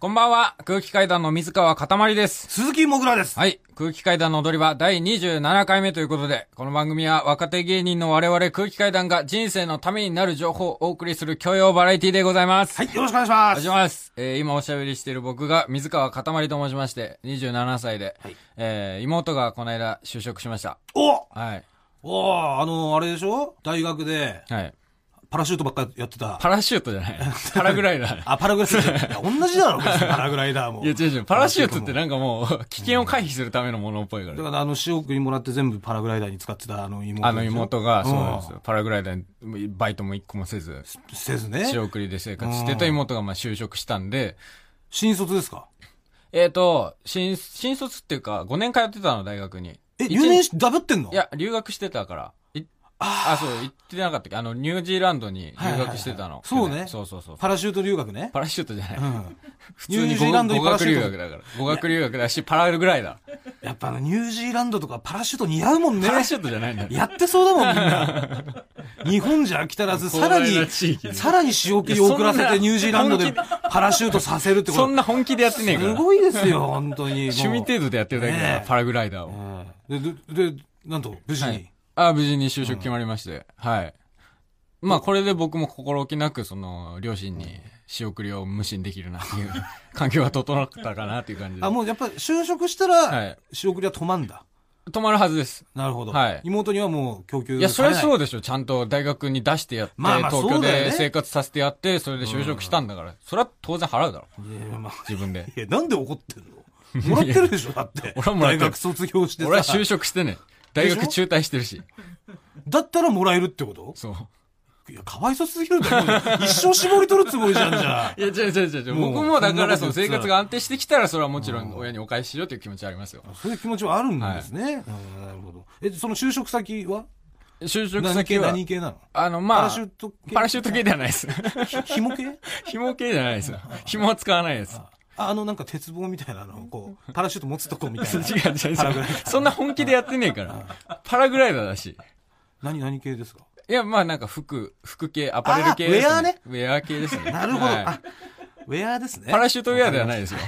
こんばんは、空気階段の水川かたまりです。鈴木もぐらです。はい、空気階段の踊り場第27回目ということで、この番組は若手芸人の我々空気階段が人生のためになる情報をお送りする教養バラエティでございます。はい、よろしくお願いしまお願いす。します。えー今おしゃべりしている僕が、水川かたまりと申しまして、27歳で、はいえー妹がこの間就職しました。おはい。おーあのー、あれでしょ大学で、はい。パラシュートばっかやって た。パラシュートじゃない。 パラグライダー。あ、パラグライダー。いや、同じだろ、別 にパラグライダーも。いや違う違う、パラシュートってね。なんかもう、 危険を回避するためのものっぽいからだね。から、あの、仕送りもらって全部パラグライダーに使ってたあの妹でしょ。あの妹が、そうなんですよ。よ。パラグライダーに、バイトも一個もせず、せずね仕。送りで生活してた妹がまあ就職したんで、新卒ですかえっと、新、新卒っていうか、5年通ってたの、大学に。え、一留年し、ダブってんのい、や、留学してたから。いあ、そう、行ってなかったっけあの、ニュージーランドに留学してたの。はいはいはいそうねそうそうそう。パラシュート留学ね。パラシュートじゃない。うん。普通ニュにージーランド語にパラ学シュ留ート学だから。語学留学だし、パラグライダー。やっぱあの、ニュージーランドとかパラシュート似合うもんねパ。ラシュートじゃ ないんだよ。やってそうだもん、みんな。 日本じゃ飽き足らず、さら広大にな地域、にさらに仕送りを送らせいやそんなてニュージーランドでパラシュートさせるってこそんと。な本気でやってねえかすら。ごいですよ、本当に。趣味程度。度でやってるだけだから、ねえパラグライダーを。ええで、で、なんと、無事はにい。。あ無事に就職決まりまして。はい。まあ、これで僕も心置きなく、その、両親に仕送りを無心できるな っていう、環境が整ったかなっていう感じであ、。もうやっぱ就職したはらい、仕送りは止まんだ。止まるはずです。なるほどはい。妹にはもう供給。いや、それはそううでしょ。ちゃんと大学に出してやって、まあまあ東京そうだよでね生活させてやって、それで就職したんだから。それは当然払うだろ。いや、まあ、自分 で。いや、なんで怒ってんのもらってるでしょ、だって。 俺はもらってる大学卒業して俺はさ就。職してね。大学中退してるし。だったらもらえるってことそう。いや、かわいそうすぎるだろ。一生絞り取るつもりじゃん、じゃあ。いや、違う違う違う違う。もう僕もだかこんなら、ことそ言の生ってたら活が安定してきたら、それはもちろん親にお返ししようという気持ちはありますよ。そういう気持ちはあるんですね。うんなるほど。え、その就職先は就職何先系は何、系なのあの、パまラシューあ、ト系 パラシュート系ではないです。ひ 紐系紐系じゃないです。紐は使わないです。ああの、なんか鉄棒みたいなのをこう、パラシュート持つとこみた 違ういな。違う違うパラグライダ。ーそんな本気でやってねえから。パラグライダーだし。何、何系ですかいや、まあなんか服、服系、アパレル系あーです、ね。ウェアね。ウェア系ですね。 なるほど。はいあ、ウェアですね。パラシュートウェアではないですよ。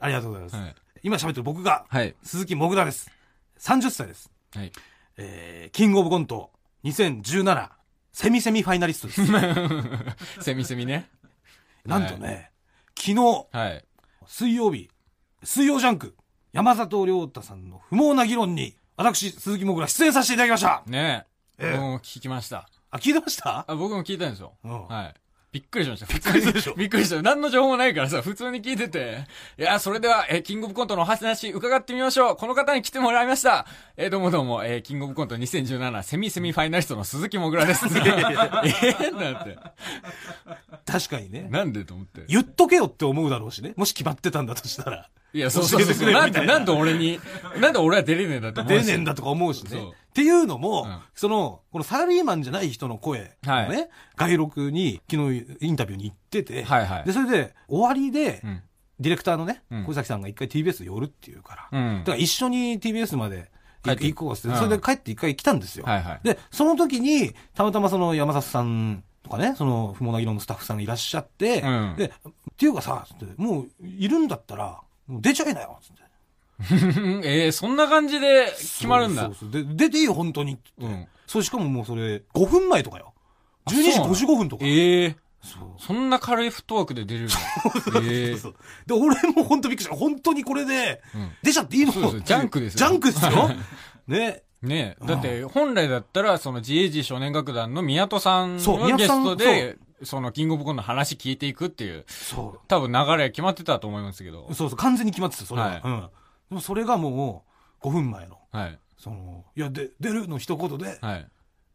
ありがとうございます。はい今喋ってる僕が、はい。鈴木もぐらです。30歳です。はい。えー、キングオブコント2017、セミセミファイナリス トです。セミセミね。なんとね、昨日、はい。水曜日、水曜ジャンク、山里亮太さんの不毛な議論に、私、鈴木もぐら出演させていただきました。ねえ。ええ僕も聞きました。あ、聞いてましたあ、僕も聞いたんですよ。うんはい。びっくりしました。びっくりしたでしょびっくりした。何の情報もないからさ、普通に聞いてて。いや、それでは、えーキングオブコントのお話伺ってみましょう。この方に来てもらいました。えーどうもどうも、えーキングオブコント2017セミセミファイナリストの鈴木もぐらです。えーなんて。確かにね。なんでと思って。言っとけよって思うだろうしね。もし決まってたんだとした ら。いや、そうそうそう教えてそくう。れよなんみたで、いななんで俺に、なんで俺は出れねえんだって思う出しねえんだとか思うしそうね。っていうのも、うんその、このサラリーマンじゃない人の声のね、は外録に昨日インタビューに行ってて、はいはいで、それで終わりで、うん。ディレクターのね、うん小崎さんが一回 TBS 寄るっていうから、うんだから一緒に TBS まで帰って行こうっつって、うんそれで帰って一回来たんですよ。はいはいで、その時に、たまたまその山里さんとかね、その不毛な議論のスタッフさんがいらっしゃって、うんで、っていうかさ、つってもういるんだったら、もう出ちゃいなよ、つって。うん えー、そんな感じで決まるんだ。そうそうそうで、出ていいよ、本当に。ってうんそう、しかももうそれ、5分前とかよ。12時そうなの55分とか。ええそうそんな軽いフットワークで出れるのええ そうで、俺も本当びっくりした。本当にこれで、出ちゃっていいのそうですよジャンクですよジャンクで すよ。ね。ねえ。だって、本来だったら、その、自営児少年楽団の宮戸さんそうの宮ゲ戸さスんトで、その、キングオブコントの話聞いていくっていう、そ多分流れ決まってたと思いますけどう。。そうそう、完全に決まってた、それは。はいうん。でもそれがもう、5分前の、はい。その、いや、で、出るの一言で、はい。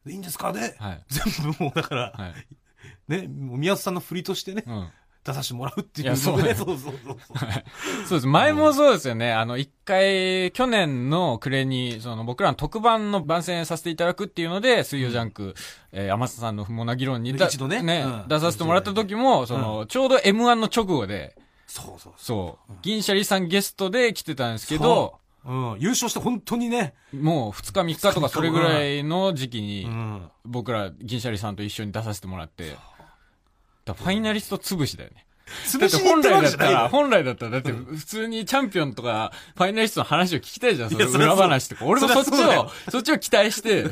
い、いんですかで、はい。全部もうだから、はい。 ね、もう宮津さんの振りとしてね、うん。出させてもらうっていういやそうのでそうそうそうそう。そうです。前もそうですよね。あの、一回、去年の暮れに、その、僕らの特番の番宣させていただくっていうので、水曜ジャンク、えー、山下さんの不毛な議論にだ一度ねうん出させてもらった時も、その、ちょうど M1 の直後で、そうそうそそう、銀シャリさんゲストで来てたんですけう。ど、そう、うん、優勝して本当にね、もう2日3日とかそれぐらいの時期にう、ん。僕ら銀シャリさんと一緒に出させてもらって、だからファイナリスト潰しだよね。だ潰ってしに行本ってる来わだけっじゃたないら、よ。本来だったら、だって普通にチャンピオンとか、ファイナリストの話を聞きたいじゃん、そのいやそりゃ裏そう話とか。俺もそっちそりゃそうだをよ、そっちを期待して、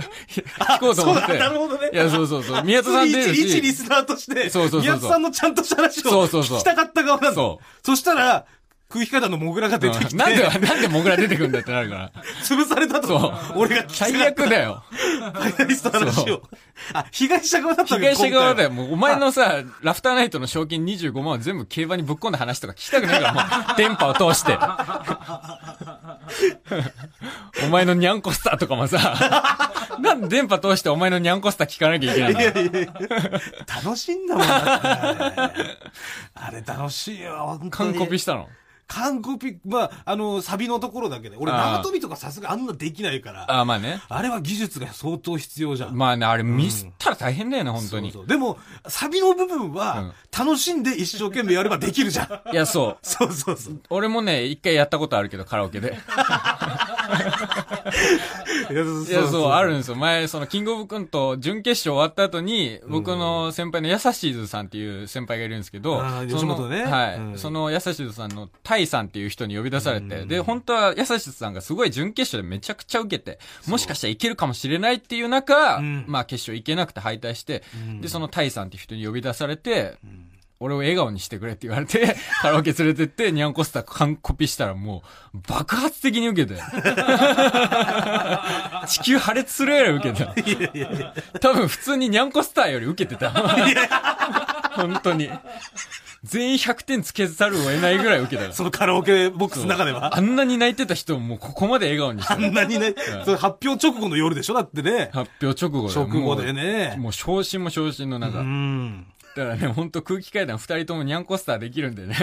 聞こうと思って。そうだなるほどねいや、そうそうそう。宮田さん出る普通に一一リし、スナーとして、そうそうそうそう宮津さんのちゃんとした話そうをそうそう聞きたかった側なの。そそしたら、空気階段のモグラが出てきて、うんなんで、なんでモグラ出てくるんだってな るから。潰されたとそう。俺が聞きた最かっ悪だよ。たファイナリストの話そうを。あ、被害者側だった被わけ害者側だよ。今もうお前のさ、ラフターナイトの賞金25万を全部競馬にぶっ込んだ話とか聞きたくないから、もう、電波を通して。お前のニャンコスターとかもさ、なんで電波通してお前のニャンコスター聞かなきゃいけないの回いやいやいや楽しいんだもんだってあれ楽しいよ、本当完に。コピしたの。完コピ、まあ、あの、サビのところだけで。俺、あー縄跳びとかさすがあんなできないから。ああ、まあね。あれは技術が相当必要じゃん。まあね、あれミスったら大変だよね、本当に。そうそうでも、サビの部分は、楽しんで一生懸命やればできるじゃ ん。いや、そう。そうそうそう。俺もね、一回やったことあるけど、カラオケで。いや、そういや、そう、あるんですよ。前、その、キングオブコント、準決勝終わった後に、僕の先輩のヤサシーズさんっていう先輩がいるんですけどあ、ーそ吉の、本ねはい、うんそのヤサシーズさんのタイさんっていう人に呼び出されて、うんで、本当はヤサシーズさんがすごい準決勝でめちゃくちゃ受けて、もしかしたらいけるかもしれないっていう中、うんまあ決勝いけなくて敗退して、うんで、そのタイさんっていう人に呼び出されて、ん俺を笑顔にしてくれって言われて、 カラオケ連れてって、ニャンコスター完コピしたらもう、爆発的に受 けて。地球破裂するぐらい受けた。いやいやいや。多分普通にニャンコスターより受けてた。本当に。全員100点つけざるを得ないぐらい受けた。そのカラオケボックスの中ではあんなに泣いてた人をもうここまで笑顔にしあんた。なにね、それ発表直後の夜でしょだってね。発表直後で。直後でねもう。もう昇進も昇進の中。うだん。からね、本当空気階段二人ともニャンコスターできるん でね。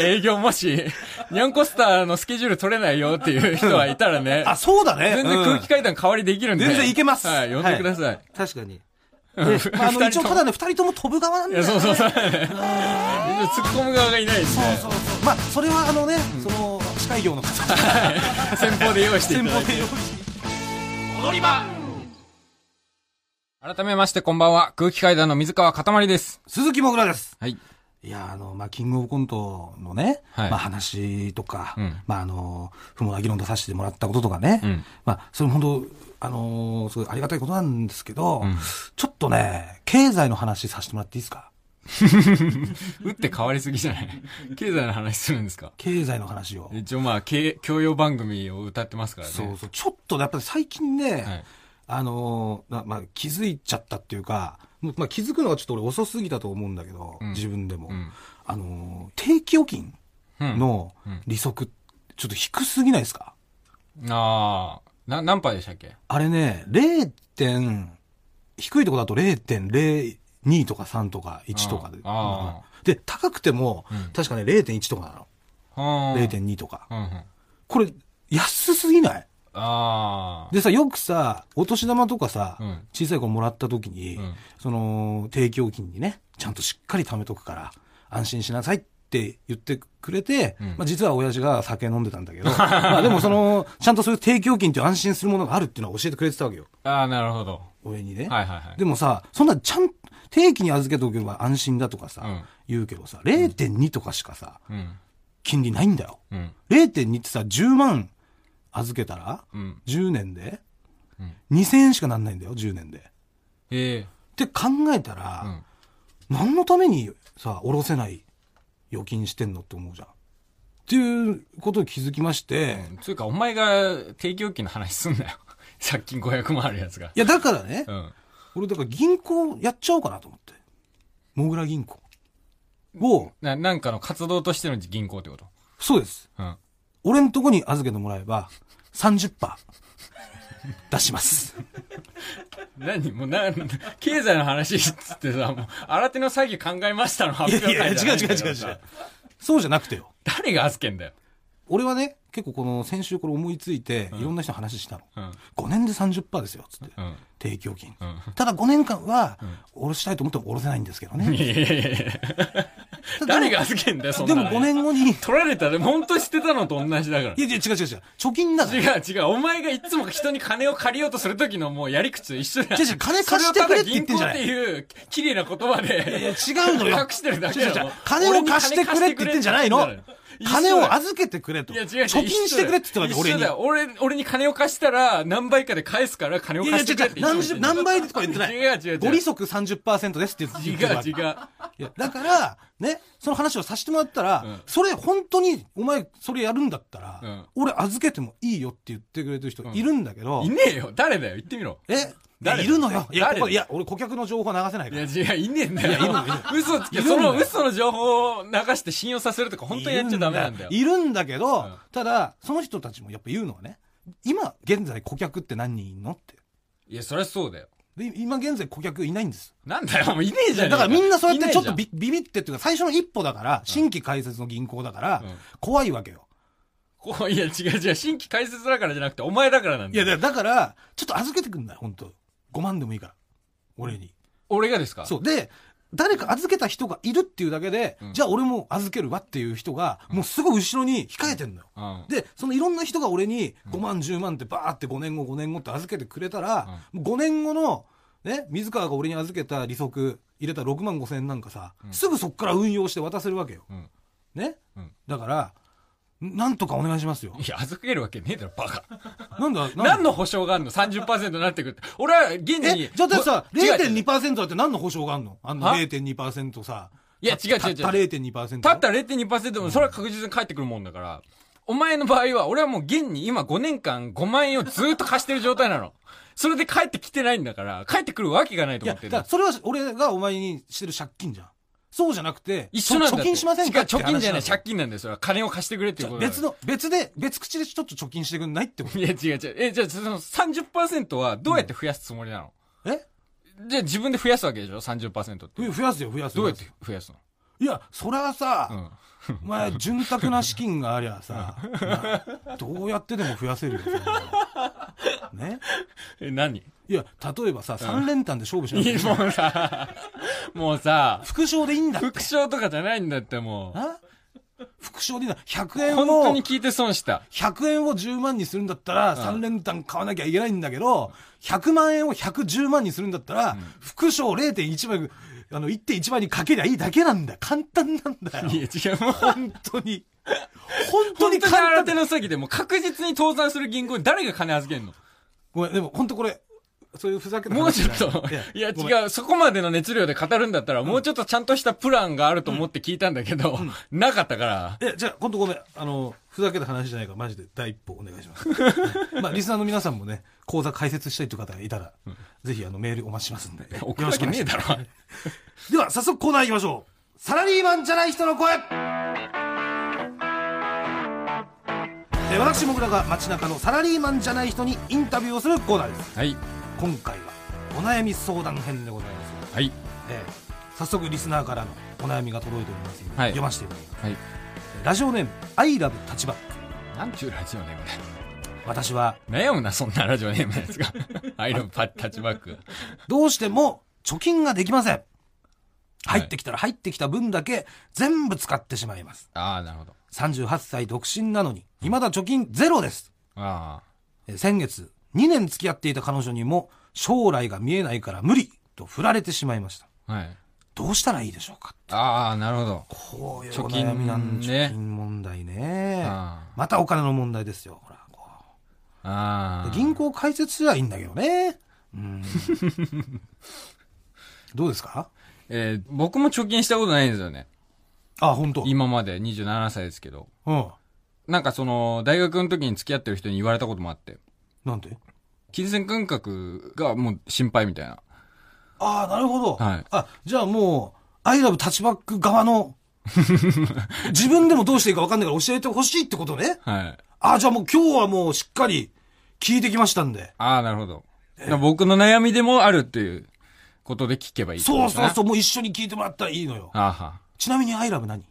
営業もし、ニャンコスターのスケジュール取れないよっていう人はいたらね。あ、そうだね。全然空気階段代わりできるんで。全然いけますはい、呼んでください。うん確かに。でまああの、二一人と応もただね、二人とも飛ぶ側なんいだよや、ねそうそうそう。突っ込む側がいないですね。そうそうまあ、それはあのね、その、司会業の方が先方で用意していた先だ方いて。で用意して改めましてこんばんは。空気階段の水川かたまりです。鈴木もぐらです。はい。いや、あの、まあ、キングオブコントのね、はいまあ、話とか、うんまあ、あの、不毛な議論とさせてもらったこととかね、うんまあ、それも本当、あのすごいありがたいことなんですけど、んちょっとね、経済の話させてもらっていいですか打って変わりすぎじゃない 経済の話するんですか経済の話を。一応まあ、け教養番組を歌ってますからね。そうそう。ちょっとねやっぱり最近ね、はいあのなまあ、気づいちゃったっていうか、もうまあ、気づくのはちょっと俺遅すぎたと思うんだけど、ん自分でも、んあの定期預金うん。のうん利息、ちょっと低すぎないですかああ。な、何パーでしたっけあれね、0. 点、低いとこだと0.02とか3とか1とかで。あで、高くても、うん確かね、0.1とかなはの。。0.2とか。うんうん。あこれ、安すぎないあー。でさ、よくさ、お年玉とかさ、うん小さい頃もらった時に、うんその、定期預金にね、ちゃんとしっかり貯めとくから、安心しなさいって言ってくれて、うんまあ実は親父が酒飲んでたんだ けど、まあでもその、ちゃんとそういう定期預金っていう安心するものがあるっていうのは教えてくれてたわけよ。ああ、なるほど。俺にね。はいはいはい。でもさ、そんなちゃん、定期に預けておけば安心だとかさ、うん言うけどさ、0.2とかしかさ、うん。金利ないんだよ。うん。 0.2ってさ、10万預けたら、うん。 10年で、うん2000円しかなんないんだよ、10年で。っええて考えたら、うん何のためにさ、下ろせない預金してんのって思うじゃん。っていうことに気づきまして、つうか、お前が定期預金の話すんなよ。 借金500万あるやつが。いやだからね、うん。俺だから銀行やっちゃおうかなと思って。モグラ銀行を、な、なんかの活動としての銀行ってことそうです。うん。俺んとこに預けてもらえば30%出し ます。何もうな、経済の話っつってさ、もう、新手の詐欺考えましたのい発や表いや、会違うじゃないんだ違う違う違からうさ。そうじゃなくてよ。誰が預けんだよ。俺はね、結構この先週これ思いついて、いろんな人の話したの。うん。 5年で30%ですよ、つってう。ん。定期預金うん。ただ5年間は、下ろしたいと思っても下ろせないんですけどね。いやいやいやいや誰が預けんだよ、そんでなのも5年後に、い取られたら、本当に捨てたのと同じだから。やいや違う違う違う、貯金だから。違う違う、お前がいつも人に金を借りようとするときのもうやり口と一緒だ違う違う金貸してくれって言ってんじゃないそれをただ銀行っていう、綺麗な言葉いや違で、うのよ。 隠してるだけ違う違だう違ろう金を貸してくれって言ってんじゃないの俺に金を貸してくれって言ってんだろ預けてくれと。いや違う違う貯金してくれって言ってたわけ、一俺緒に。だよ俺俺に金を貸したら何倍かで返すから金をいや貸して違くれってう違う、何十、何倍とか言ってない。違う違う違うご利息30%ですって言ってたわけ違う違ういや、だから、ね、その話をさせてもらったら、うんそれ本当に、お前、それやるんだったら、うん俺預けてもいいよって言ってくれてる人いるんだけど、いねえよ誰だよ言ってみろえ誰いるのよ。いや、誰ここいや、俺顧客の情報は流せないいかやら。違ういねえんだよいやいるのいる嘘つけいるんだそよの嘘の情報を流して信用させるとか本当にやっちゃダメなんだよいるんだけど、うんただ、その人たちもやっぱ言うのはね、今、現在顧客って何人いんのって。いやそりゃそうだよで、今現在顧客いないんです。なんだよもういねえじゃだんからみんなそうやってちょっとビビビってっていうか、最初の一歩だから、新規開設の銀行だから、うん怖いわけよ。こういや違う違う新規解説だからじゃなくてお前だからなんいだや、よだだから、ちょっと預けてくんない本当5万でもいいから。俺に。俺がですかそう。で、誰か預けた人がいるっていうだけで、うんじゃあ俺も預けるわっていう人が、もうすぐ後ろに控えてんのよ。うんで、そのいろんな人が俺に5万、10万ってバーって5年後、5年後って預けてくれたら、5年後の、ね、水川が俺に預けた利息入れた6万5千円なんかさ、うんすぐそっから運用して渡せるわけよ。うんね、うんだから、なんとかお願いしますよ。いや預けるわけねえだろバカなんだ、なんだ何の保証があるの ?30% になってくるって。俺は現にえ。じゃあだってさ、違う違う0.2%だって何の保証があんのあんなは0.2%さ。いや違う違う違うたった0.2%。たった0.2%もそれは確実に返ってくるもんだから。お前の場合は、俺はもう現に今5年間5万円をずっと貸してる状態なの。それで返ってきてないんだから、返ってくるわけがないとい思や、ってだるからそれは俺がお前にしてる借金じゃん。そうじゃなくて、一緒なんだって。貯金しません違かう貯金じゃない、借借金なんだよ、それは。金を貸してくれっていうことだ別の、別で、別口でちょっと貯金してくんないってこいや、違う違う。え、じゃあ、その30%はどうやって増やすつもりなの、 と。えじゃあ自分で増やすわけでしょ ?30% って。ふ増やすよ、増やすどよ。うやって増やすのいや、それはさ、お前、潤沢な資金がありゃさ、などうやってでも増やせるよ、そんなの ねえ、何 いや、例えばさ、3連単で勝負しないきゃいやけない。もうさ、もうさ、副賞でいいんだって副賞とかじゃないんだってもう。な副賞でいいな。100円本当をに、聞いて損した。 100円を10万にするんだったら、3連単買わなきゃいけないんだけど、100万円を110万にするんだったら、副賞0.1倍、あの、1.1倍にかけりゃいいだけなんだよ。簡単なんだよ。いや、違う、もう。本当に。本当本に当に簡空単手だの詐欺でもう確実に倒産する銀行に誰が金預けんのごめん、でも本当これ、そういうふざけたもう話ちじょゃっないと、いやごめん違う、そこまでの熱量で語るんだったら、もうちょっとちゃんとしたプランがあると思って聞いたんだけど、なかったから、え、じゃあ、今度ごめん。あの、ふざけた話じゃないから、マジで第一歩お願い します。まあ、リスナーの皆さんもね、講座解説したいという方がいたら、ぜひ、あの、メールお待ちしますんで。 送るわけねえだろ。では、早速コーナー行きましょう。サラリーマンじゃない人の声えー私、もぐらが街中のサラリーマンじゃない人にインタビューをするコーナーです。はい、今回は、お悩み相談編でございます。はい、えー早速、リスナーからのお悩みが届いておりますので、はい読ませていただきます。はい。ラジオネーム、アイラブ立場。なんちゅうラジオネームだ私はよ。悩むな、そんなラジオネームのや つが。アイロンパッタッチバック。どうしても貯金ができません。はい入ってきたら入ってきた分だけ全部使ってしまいます。ああ、なるほど。 38歳独身なのに、未だ貯金ゼロです。あえー先月、2年付き合っていた彼女にも将来が見えないから無理と振られてしまいました。あ、はい。どうしたらいいでしょうかああ、なるほど。こういう貯お金悩みなんね貯金問題ねあ。またお金の問題ですよ。ほらこああ。う銀行開設すりゃいいんだけどね。うん どうですかえー僕も貯金したことないんですよね。あ、本当。今まで27歳ですけど。うん。なんかその、大学の時に付き合ってる人に言われたこともあって、なんで金銭感覚がもう心配みたいな。ああ、なるほど。はいあ、じゃあもう、アイラブタッチバック側 の、自分でもどうしていいか分かんないから教えてほしいってことね。はい。ああ、じゃあもう今日はもうしっかり聞いてきましたんで。ああ、なるほど。だから僕の悩みでもあるっていうことで聞けばいいってことそでうすそねうそう、もう一緒に聞いてもらったらいいのよ。あは。ちなみにアイラブ 何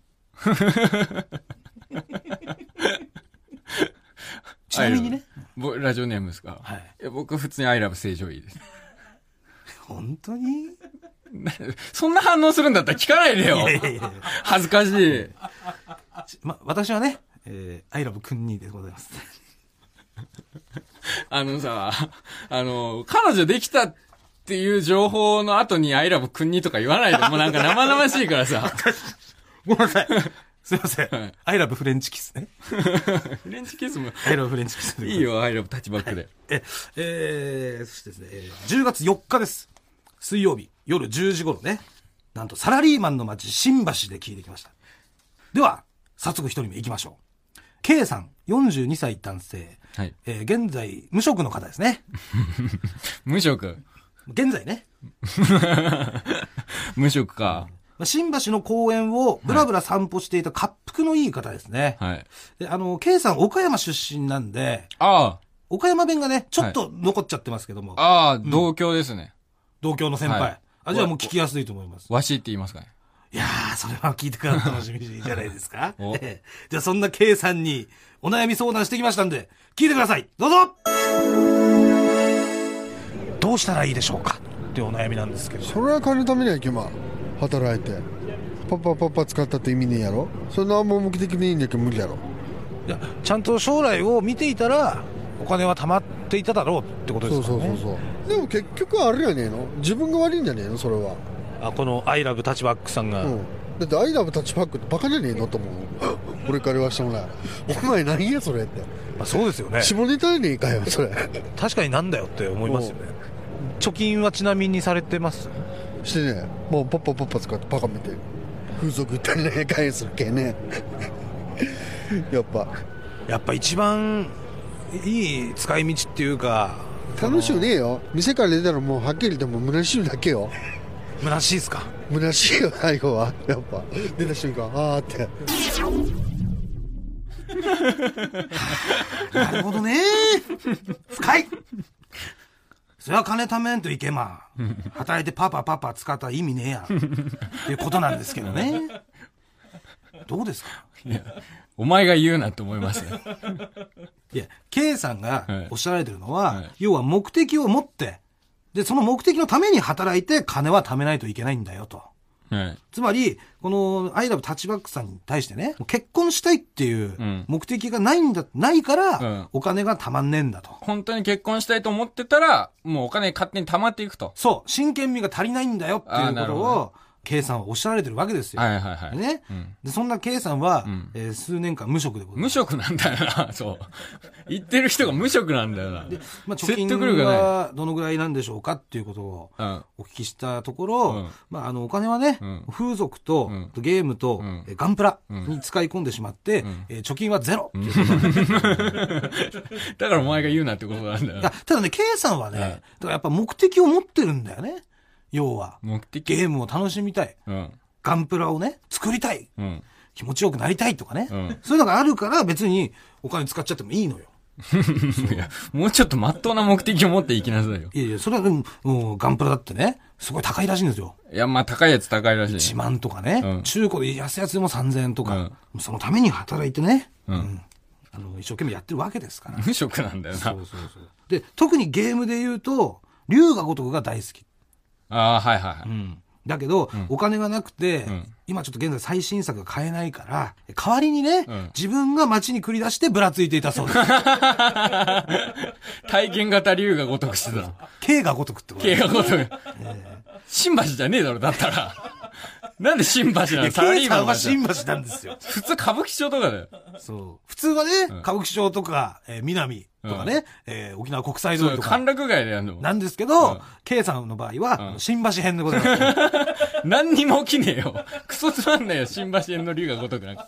ちなみにね。ぼラジオネームですかはい。いや僕は普通にアイラブ正常位です。本当にそんな反応するんだったら聞かないでよ。恥ずかしい。ま、私はね、えー、アイラブくんにでございます。あのさ、あの、彼女できたっていう情報の後にアイラブくんにとか言わない で、もうなんか生々しいからさ。ごめんな さい。すいません。はいアイラブフレンチキスね。フレンチキスも。アイラブフレンチキスでございますい。よ、アイラブタッチバックで。え、えー、そしてですね、えー10月4日です。水曜日、夜10時頃ね。なんと、サラリーマンの街、新橋で聞いてきました。では、早速一人目行きましょう。K さん、42歳男性。はいえー現在、無職の方ですね。無職。現在ね、無職か。まあ新橋の公園をぶらぶら散歩していた滑腹のいい方ですね。はい。であの、K さん、岡山出身なんで、あ岡山弁がね、ちょっと残っちゃってますけども、あ、ああ、同居ですね。同郷の先輩。はいあじゃあもう聞きやすいと思います。わしって言いますかね。。いやー、それは聞いてから楽しみじゃないですか おええじゃあそんな K さんにお悩み相談してきましたんで、聞いてください。どうぞどうしたらいいでしょうかっていうお悩みなんですけど。それは金のためには行けま働いてパッパパッパ使ったって意味ねえやろそれ何も目的でいいんだけど無理やろいやちゃんと将来を見ていたら、お金は貯まっていただろうってことでそすうかそらうね。そうそうでも結局あれやねえの自分が悪いんじゃねえのそれは、あこのアイラブタチバックさんが、うん、だって「アイラブタッチパック」ってバカじゃねえのと思う俺から言わしてもらえお前何やそれってまあ、そうですよね。下ネタやねえかよそれ確かになんだよって思いますよね。貯金はちなみにされてますしてねもうパッパパッパ使ってバカ見て風俗行ったりね返するけねやっぱやっぱ一番いい使い道っていうか、楽しゅうねえよ店から出たらもうはっきり言ってもう虚しいだけよ虚しいですか虚しいよ最後はやっぱ出た瞬間あーってなるほど ね。深いそれは金貯めんといけま。働いてパパパパ使ったら意味ねえや。っていうことなんですけどね。どうですかいや、お前が言うなって思いますよ。 いや、K さんがおっしゃられてるのは、はい要は目的を持って、で、その目的のために働いて金は貯めないといけないんだよと。はい。つまり、この、アイラブタッチバックさんに対してね、結婚したいっていんう目的がないんだ、ないから、うんお金がたまんねえんだと。本当に結婚したいと思ってたら、もうお金勝手に溜まっていくと。そう、真剣味が足りないんだよってあいーうなこるとほどを、K さんはおっしゃられてるわけですよ。はいはいはい。ね、うんで、そんな K さんは、んえー数年間無職でございま無す。職なんだよな、そう。言ってる人が無職なんだよな。まあ、貯説金得力がはどのぐらいなんでしょうかっていうことをない。うん。お聞きしたところ、うんまあ、あの、お金はね、うん風俗と、うんゲームと、うんえーガンプラに使い込んでしまって、んえー貯金はゼロっていうだからお前が言うなってことなんだよいや な。ただね、K さんはね、はいだからやっぱ目的を持ってるんだよね。要は。目的ゲームを楽しみたい。うん。ガンプラをね、作りたい。うん。 気持ちよくなりたいとかね。うんそういうのがあるから別にお金使っちゃってもいいのよ。いや、もうちょっと真っ当な目的を持っていきなさいよ。いやいや、それはでも、もうガンプラだってね、すごい高いらしいんですよ。いや、まあ高いやつ高いらしい1ね。万とかね、うん中古で安いやつでも3000円とか、うんもうそのために働いてね、うんあの、一生懸命やってるわけですから。無職なんだよそな。うそうそう。で、特にゲームで言うと、龍が如くが大好き。ああ、はいはいはい。だけど、お金がなくて、ん今ちょっと現在最新作が買えないから、代わりにね、うん自分が街に繰り出してぶらついてい たそうです。体験型竜が如くしてたの。 K が如くってこと経過ごとく。新橋じゃねえだろ、だったら。なんで新橋なのでサラ K リーマさンんなはんじゃん新橋なんですよ。普通歌舞伎町とかだよ。そう。普通はね、歌舞伎町とか、えー南とかね、えー沖縄国際通そりう、とか歓。楽街でやるの。なんですけど、うん K さんの場合は、うん新橋編でござ います。何にも起きねえよ。クソつまんねえよ、新橋園の竜が如くなんか。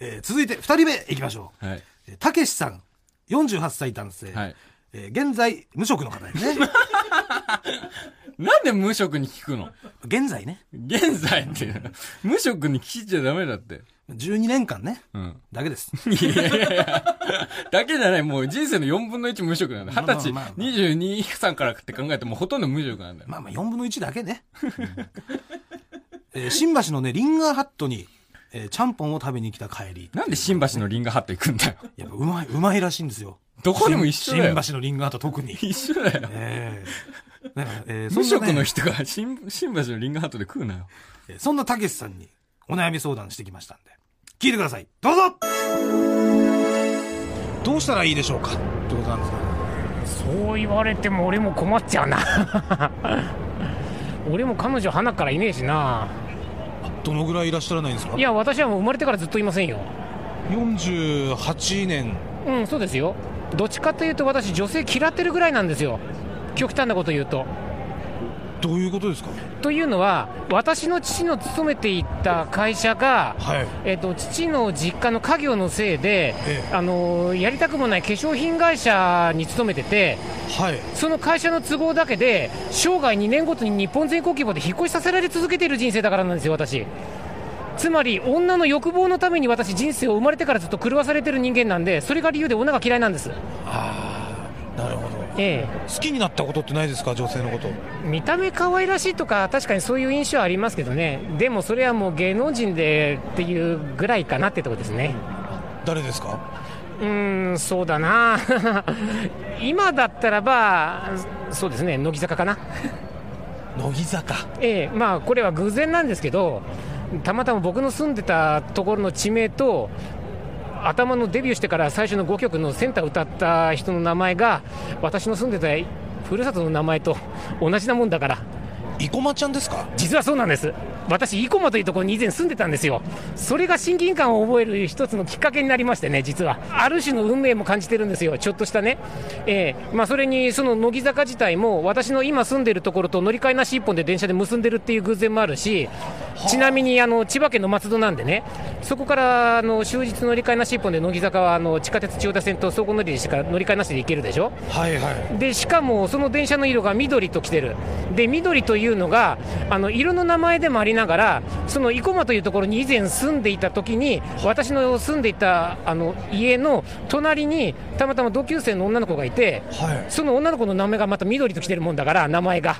えー続いて、二人目いきましょう。はい。えーたけしさん、48歳男性。はいえー現在、無職の方です ね。なんで無職に聞くの現在ね、現在って、無職に聞いちゃダメだって。 12年間ね、うん。だけです。いやいやいやだけじゃない、もう人生の4分の1無職なんだ。ま二あま十あ歳、まあまあ22、3からって考えてもうほとんど無職なんだよ。まあまあ4分の1だけね。えー新橋のね、リンガーハットに、えーちゃんぽんを食べに来た帰り。なんで新橋のリンガハット行くんだよ。やっぱうまい、うまいらしいんですよ。どこでも一緒だよ。新新橋のリンガーハット特に一緒だよ。えなんかえー無そん職なねの人が新新橋のリンガーハットで食うなよ。えーそんなたけしさんにお悩み相談してきましたんで、聞いてください。どうぞどうしたらいいでしょうかってことなんですけど、そう言われても俺も困っちゃうな俺も彼女花からいねえしなどのぐらいいらっしゃらないんですかいや私はもう生まれてからずっといませんよ48年。うんそうですよどっちかというと私女性嫌ってるぐらいなんですよ極端なこと言うとどういうことですかというのは私の父の勤めていた会社が、はい。えっと父の実家の家業のせいで、ええあのやりたくもない化粧品会社に勤めててはい。その会社の都合だけで、生涯2年ごとに日本全国規模で引っ越しさせられ続けている人生だからなんですよ、私。つまり、女の欲望のために私、人生を生まれてからずっと狂わされてる人間なんで、それが理由で女が嫌いなんです。なるほど。え好きになったことってないですか女性のこと。え、見た目可愛らしいとか、確かにそういう印象はありますけどね、でもそれはもう芸能人でっていうぐらいかなってとこですね。誰ですかうーん、そうだな、 今だったらば、そうですね、乃木坂かな。乃木坂。ええまあ、これは偶然なんですけど、たまたま僕の住んでたところの地名と、頭のデビューしてから最初の5曲のセンター歌った人の名前が、私の住んでたふるさとの名前と同じなもんだから、生駒ちゃんですか実はそうなんです、私、生駒というところに以前住んでたんですよ、それが親近感を覚える一つのきっかけになりましてね、実は、ある種の運命も感じてるんですよ、ちょっとしたね、ええまあ、それにその乃木坂自体も、私の今住んでるところと乗り換えなし一本で電車で結んでるっていう偶然もあるし、ちなみにあの千葉県の松戸なんでね、そこからあの終日乗り換えなし一本で乃木坂はあの地下鉄千代田線と総合乗りでしか乗り換えなしで行けるでしょ。はいはい。でしかもその電車の色が緑ときてるで緑というのがあの色の名前でもありながらその生駒というところに以前住んでいた時に私の住んでいたあの家の隣にたまたま同級生の女の子がいてはい。その女の子の名前がまた緑ときてるもんだから名前が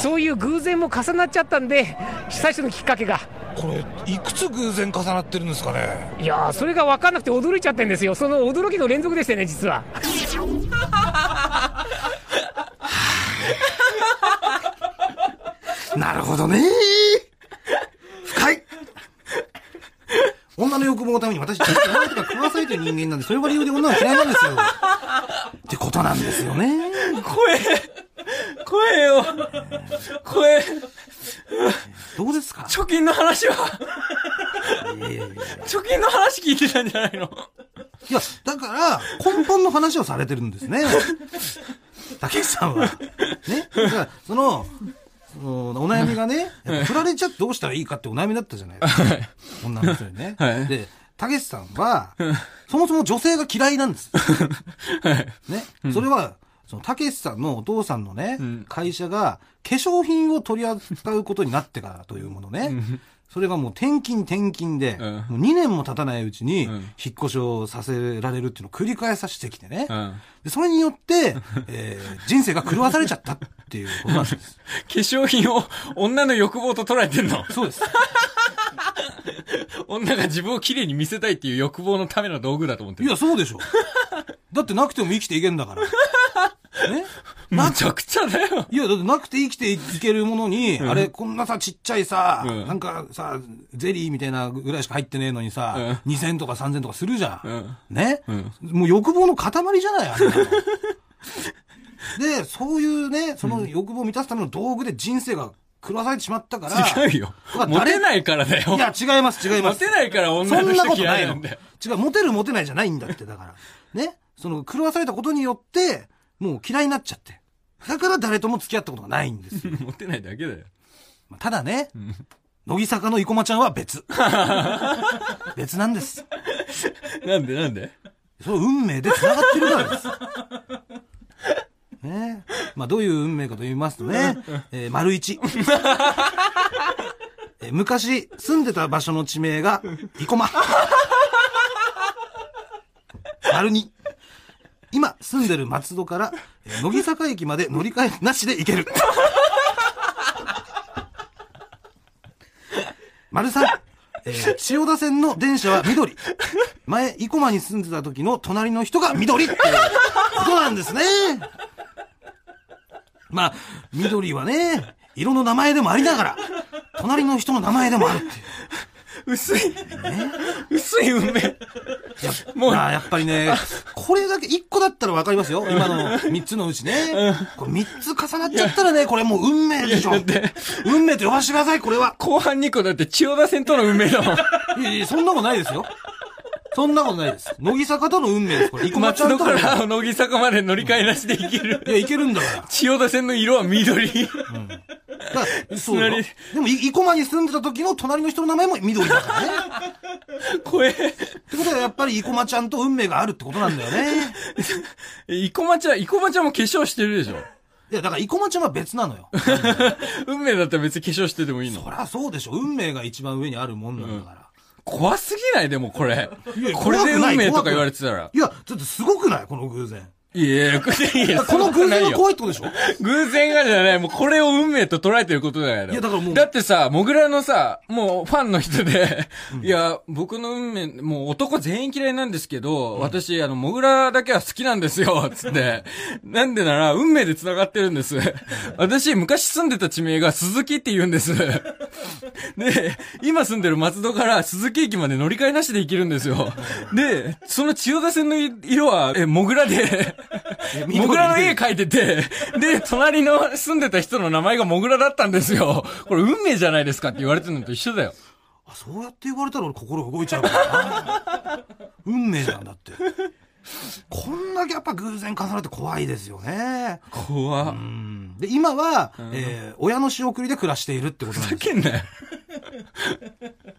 そういう偶然も重なっちゃったんで最初のきっかけがこれ、いくつ偶然重なってるんですかねいやーそれが分かんなくて驚いちゃってんですよその驚きの連続でしたね実は。なるほどね深い女の欲望のために私、ちょっと女とか食わされてる人間なんで、それが理由で女は嫌いなんですよ。ってことなんですよね。声声よ声どうですか貯金の話は、いやいやいや貯金の話聞いてたんじゃないのいや、だから、根本の話をされてるんですね。たけしさんは。ね。だから、その、そのお悩みがね、やっぱ振られちゃってどうしたらいいかってお悩みだったじゃないですか。女の人にね。はいで、たけしさんは、そもそも女性が嫌いなんです。ね。それは、その、たけしさんのお父さんのね、会社が、化粧品を取り扱うことになってからというものね。それがもう転勤転勤で、うんもう2年も経たないうちにん、引っ越しをさせられるっていうのを繰り返させてきてね。うんでそれによって、えー人生が狂わされちゃったっていうことなんで化す。粧品を女の欲望と捉えてんの そうです。 女が自分を綺麗に見せたいっていう欲望のための道具だと思っている。や、そうでしょ。だってなくても生きていけんだから。ねむちゃくちゃだよ。いや、だってなくて生きていけるものに、あれ、こんなさ、ちっちゃいさ、うんなんかさ、ゼリーみたいなぐらいしか入ってねえのにさ、2000とか3000とかするじゃん。ね、もう欲望の塊じゃない、あれ。 で、そういうね、その欲望を満たすための道具で人生が狂わされてしまったから。違うよまあ。モ誰テないからだよ。いや、違います、違いまモす。テないからそ女のんなこ人とな嫌いいなの。んだよ。違う、モテるモテないじゃないんだって、だから。ね。その、狂わされたことによって、もう嫌いになっちゃって。だから誰とも付き合ったことがないんですよ。モテないだけだよ。まあただね、乃木坂の生駒ちゃんは別。別なんです。なんでなんでその運命で繋がってるからです。ねまあどういう運命かと言いますとね、えー丸一。えー昔住んでた場所の地名が生駒。丸二。今住んでる松戸から、えー乃木坂駅まで乗り換えなしで行ける。丸三。えー千代田線の電車は緑。前、生駒に住んでた時の隣の人が緑っていうことなんですね。まあ、緑はね、色の名前でもありながら、隣の人の名前でもあるっていう。薄い。薄い運命。もう、まあ、やっぱりね、これだけ、一個だったらわかりますよ。今の三つのうちね。これ三つ重なっちゃったらね、これもう運命でしょいやだって。運命と呼ばせてください、これは。後半2個だって千代田線との運命 だもん。いやいや、そんなことないですよ。そんなことないです。乃木坂との運命です、これ。一個間違っ松戸た。からら乃木坂まで乗り換えなしで行ける。いや、いけるんだから。千代田線の色は緑。だからそうだよ隣でも、い生駒に住んでた時の隣の人の名前も緑だからね。これ、ってことは、やっぱり生駒ちゃんと運命があるってことなんだよね。生駒ちゃん、生駒ちゃんも化粧してるでし ょ。いや、だから生駒ちゃんは別なのよ。運命だったら別に化粧しててもいいのそ。りゃそうでしょ。運命が一番上にあるもんなんだから。怖すぎないでもこれいや。これで怖くない運命とか言われてたら。いや、ちょっとすごくないこの偶然。いやいや、これいやこの偶然がい。怖いってことでしょ偶然がじゃない。もうこれを運命と捉えてることだよ。いやだからもうってさ、モグラのさ、もうファンの人で、いや、僕の運命、もう男全員嫌いなんですけど、私、あの、モグラだけは好きなんです よ、つって。なんでなら、運命で繋がってるんです。私、昔住んでた地名が鈴木って言うんです。で、今住んでる松戸から鈴木駅まで乗り換えなしで行けるんですよ。で、その千代田線の色は、え、モグラ で、緑モグラの絵描いてて、で、隣の住んでた人の名前がモグラだったんですよ。これ運命じゃないですかって言われてるのと一緒だよ。あそうやって言われたら俺心動いちゃうから な運命なんだって。こんだけやっぱ偶然重なって怖いですよね。怖っ。うんで、今は、えー親の仕送りで暮らしているってことなんふざでけす。んなよ。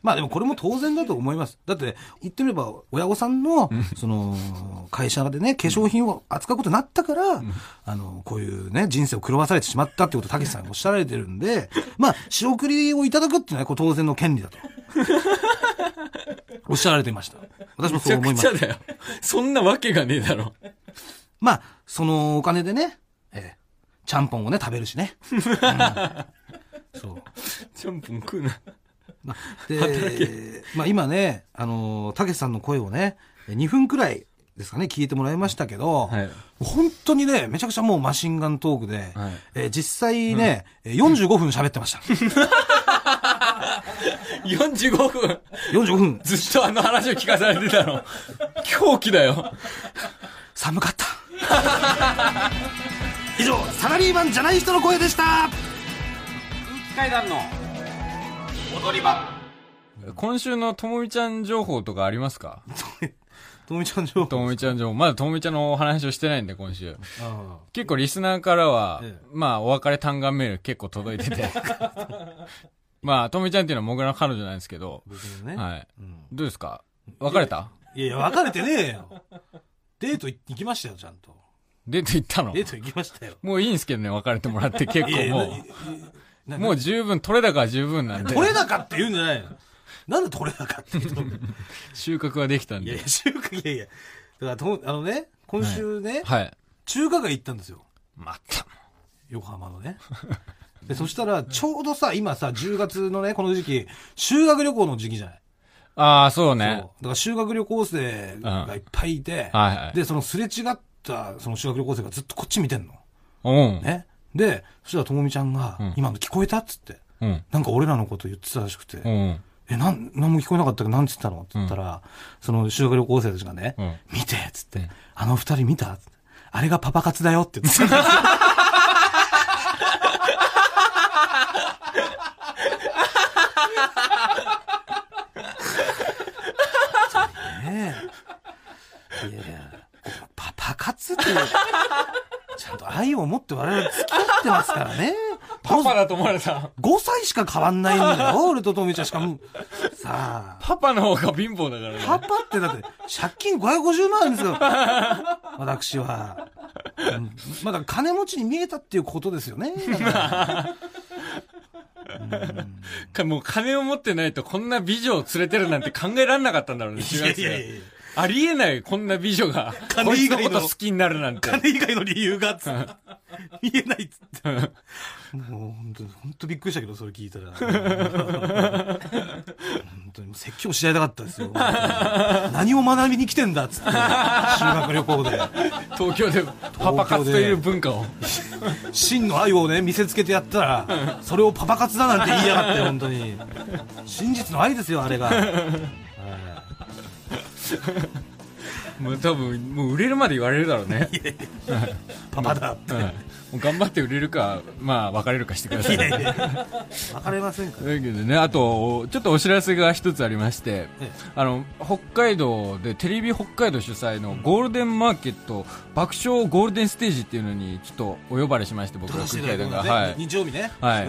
まあでもこれも当然だと思います。だって、言ってみれば、親御さんの、その、会社でね、化粧品を扱うことになったから、あの、こういうね、人生を狂わされてしまったってことをたけしさんがおっしゃられてるんで、まあ、仕送りをいただくっていうのはこう当然の権利 だと。おっしゃられていました。私もめそちうゃ思くいまちすゃ。だよ。そんなわけがねえだろ。まあ、そのお金でね、ええ、ちゃんぽんをね、食べる しね。うんそう。ちゃんぽん食うな。まあ、 で、まあ今ね、あのー、たけしさんの声をね、2分くらいですかね、聞いてもらいましたけど、はい本当にね、めちゃくちゃもうマシンガントークで、はいえー実際ね、えー45分喋って ました。 45分、 45分、ずっとあの話を聞かされてたの。狂気だよ。寒かった。 以上、サラリーマンじゃない人の声でした今週のともみちゃん情報とかありますかともみちゃん情と報。もみちゃん情報。まだともみちゃんのお話をしてないんで、今週。あ結構リスナーからは、ええまあ、お別れ嘆願メール結構届いて て。まあ、ともみちゃんっていうのは僕の彼女なんですけど、あ僕もね、はい。うんどうですか別れたいやいや、別れてねえよ。デート行きましたよ、ちゃんと。デート行ったのデート行きましたよ。もういいんですけどね、別れてもらって結 いやい構やもなう、なもう十分、取れ高は十分なんで、 取れ高って言うんじゃないのなんで取れ高って言うの収穫はできたんいやいで。や、中華、いやいや。だからと、あのね、今週ね、はい。中華街行ったんですよ。また。横浜のね。で、そしたら、ちょうどさ、今さ、10月のね、この時期、修学旅行の時期じゃない。ああ、そうそうね。だから修学旅行生がいっぱいいて、うんはいはいで、そのすれ違った、その修学旅行生がずっとこっち見てんの。うん。ね。で、そしたらともみちゃんが、ん今の聞こえたっつって。うん。なんか俺らのこと言ってたらしくて。うん。え、なん、なんも聞こえなかったけど、なんつったのって言ったら、その修学旅行生たちがね、うん見てっつって、あの二人見たっつってあれがパパ活だよって言ってた ねえいやいや、パパ活って、ちゃんと愛を持って我々付き合ってますからね。パパだと思われた。 5歳しか変わんないんだよ、 俺とトミちゃんしかも。さあ。パパの方が貧乏だからね。パパってだって、借金550万あるんですよ。 私は。うんまだ金持ちに見えたっていうことですよね。 だからかもう金を持ってないとこんな美女を連れてるなんて考えられなかったんだろうね、中学生。や。ありえない、こんな美女が、金こい以つの外のこと好きになるなんて。金以外の理由が、つって 見えないっつって。もう本当に、本当びっくりしたけど、それ聞いたら。本当にもう説教し合いたかったです よ。何を学びに来てんだっつって。修学旅行で。東京でパパ活という文化を。真の愛をね見せつけてやった らそれをパパ活だなんて言いやがって本当に真実の愛ですよあれがもう多分もう売れるまで言われるだろうね、パパだってうん、もう頑張って売れるかまあ別れるかしてくださいいやいや分かれませんかだけどね、あと、ちょっとお知らせが一つありましてええ、あの、北海道で、テレビ北海道主催のゴールデンマーケット爆笑ゴールデンステージっていうのに、ちょっとお呼ばれしまして、僕撮ららせ空て気いた階段が。だいてますねはい。日曜日ねはい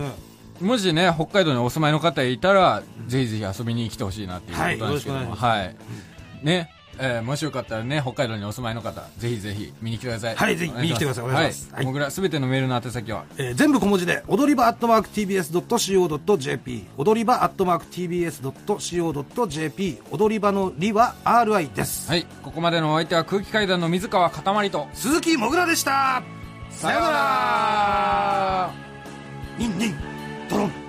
うんもしね、北海道にお住まいの方いたら、ぜひぜひ遊びに来てほしいなっていうことなんですけども、はい。ね、えーもしよかったらね、北海道にお住まいの方、ぜひぜひ見に来てください。はいぜひ見に来てくださいお願いしますは。はいいもぐら、すべてのメールの宛先は、えー全部小文字で踊り場アットマーク TBS.CO.JP 踊り場アットマーク TBS.CO.JP 踊り場のりは RI です、はい。ここまでのお相手は空気階段の水川かたまりと、鈴木もぐらでしたさようならニンニンドロン